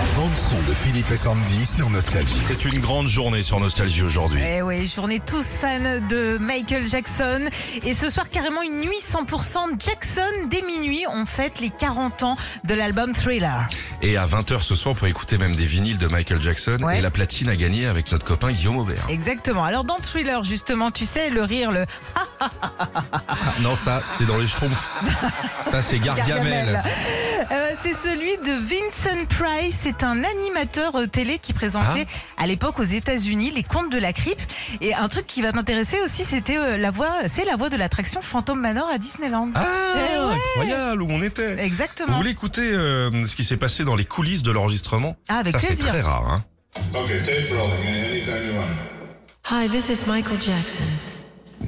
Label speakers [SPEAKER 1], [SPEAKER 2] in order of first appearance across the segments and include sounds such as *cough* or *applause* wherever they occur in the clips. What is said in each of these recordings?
[SPEAKER 1] son de Philippe et Sandy sur Nostalgie.
[SPEAKER 2] C'est une grande journée sur Nostalgie aujourd'hui.
[SPEAKER 3] Eh oui, journée tous fans de Michael Jackson. Et ce soir, carrément une nuit 100% Jackson. Dès minuit, on fête les 40 ans de l'album Thriller.
[SPEAKER 2] Et à 20h ce soir, on peut écouter même des vinyles de Michael Jackson.
[SPEAKER 3] Ouais.
[SPEAKER 2] Et la platine a gagné avec notre copain Guillaume Aubert.
[SPEAKER 3] Exactement. Alors dans Thriller, justement, tu sais, le rire, le Ah.
[SPEAKER 2] non, ça, c'est dans les
[SPEAKER 3] *laughs*
[SPEAKER 2] schtroumpfs. ça, c'est Gargamel.
[SPEAKER 3] Euh, c'est celui de Vincent Price. C'est un animateur euh, télé qui présentait
[SPEAKER 2] Ah.
[SPEAKER 3] à l'époque aux États-Unis les contes de la crypte. Et un truc qui va t'intéresser aussi, c'était euh, la voix, c'est la voix de l'attraction Phantom Manor à Disneyland.
[SPEAKER 2] Ah,
[SPEAKER 3] Eh ouais.
[SPEAKER 2] incroyable où on était. Vous
[SPEAKER 3] Exactement.
[SPEAKER 2] voulez écouter euh, ce qui s'est passé dans les coulisses de l'enregistrement
[SPEAKER 3] Ah, avec
[SPEAKER 2] Ça,
[SPEAKER 3] plaisir.
[SPEAKER 2] c'est très rare. Hein.
[SPEAKER 4] Okay, tape rolling anytime you want.
[SPEAKER 5] Hi, this is Michael Jackson.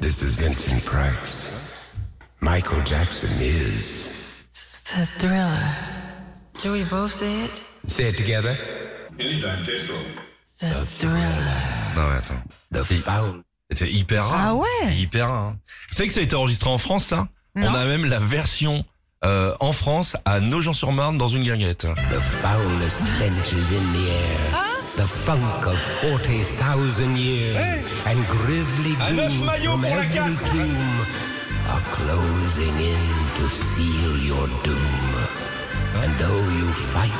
[SPEAKER 6] This is Vincent Price. Michael Jackson is.
[SPEAKER 5] The thriller. Do we both say it?
[SPEAKER 6] Say it together.
[SPEAKER 4] Anytime, tape rolling.
[SPEAKER 5] The thriller.
[SPEAKER 2] Non, mais attends.
[SPEAKER 6] The foul.
[SPEAKER 2] C'était hyper rare.
[SPEAKER 3] Ah ouais
[SPEAKER 2] C'était Hyper rare. hein. Vous savez que ça a été enregistré en France, ça
[SPEAKER 3] Non.
[SPEAKER 2] On a même la version euh, en France à Nogent-sur-Marne dans une guinguette.
[SPEAKER 6] The foulest benches in the air. The funk of 40,000 years. And grisly
[SPEAKER 2] Un œuf
[SPEAKER 6] ghouls
[SPEAKER 2] maillot
[SPEAKER 6] from
[SPEAKER 2] pour la
[SPEAKER 6] every
[SPEAKER 2] carte.
[SPEAKER 6] tomb are closing in to seal your doom. And though you fight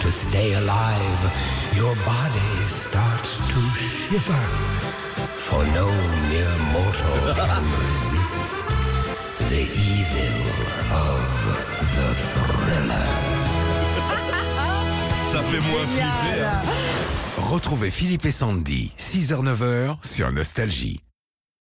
[SPEAKER 6] to stay alive, your body starts to shiver. For no mere mortal can resist the evil of the thriller.
[SPEAKER 2] Ça fait moins flipper. hein.
[SPEAKER 1] Retrouvez Philippe et Sandy, 6h-9h sur Nostalgie.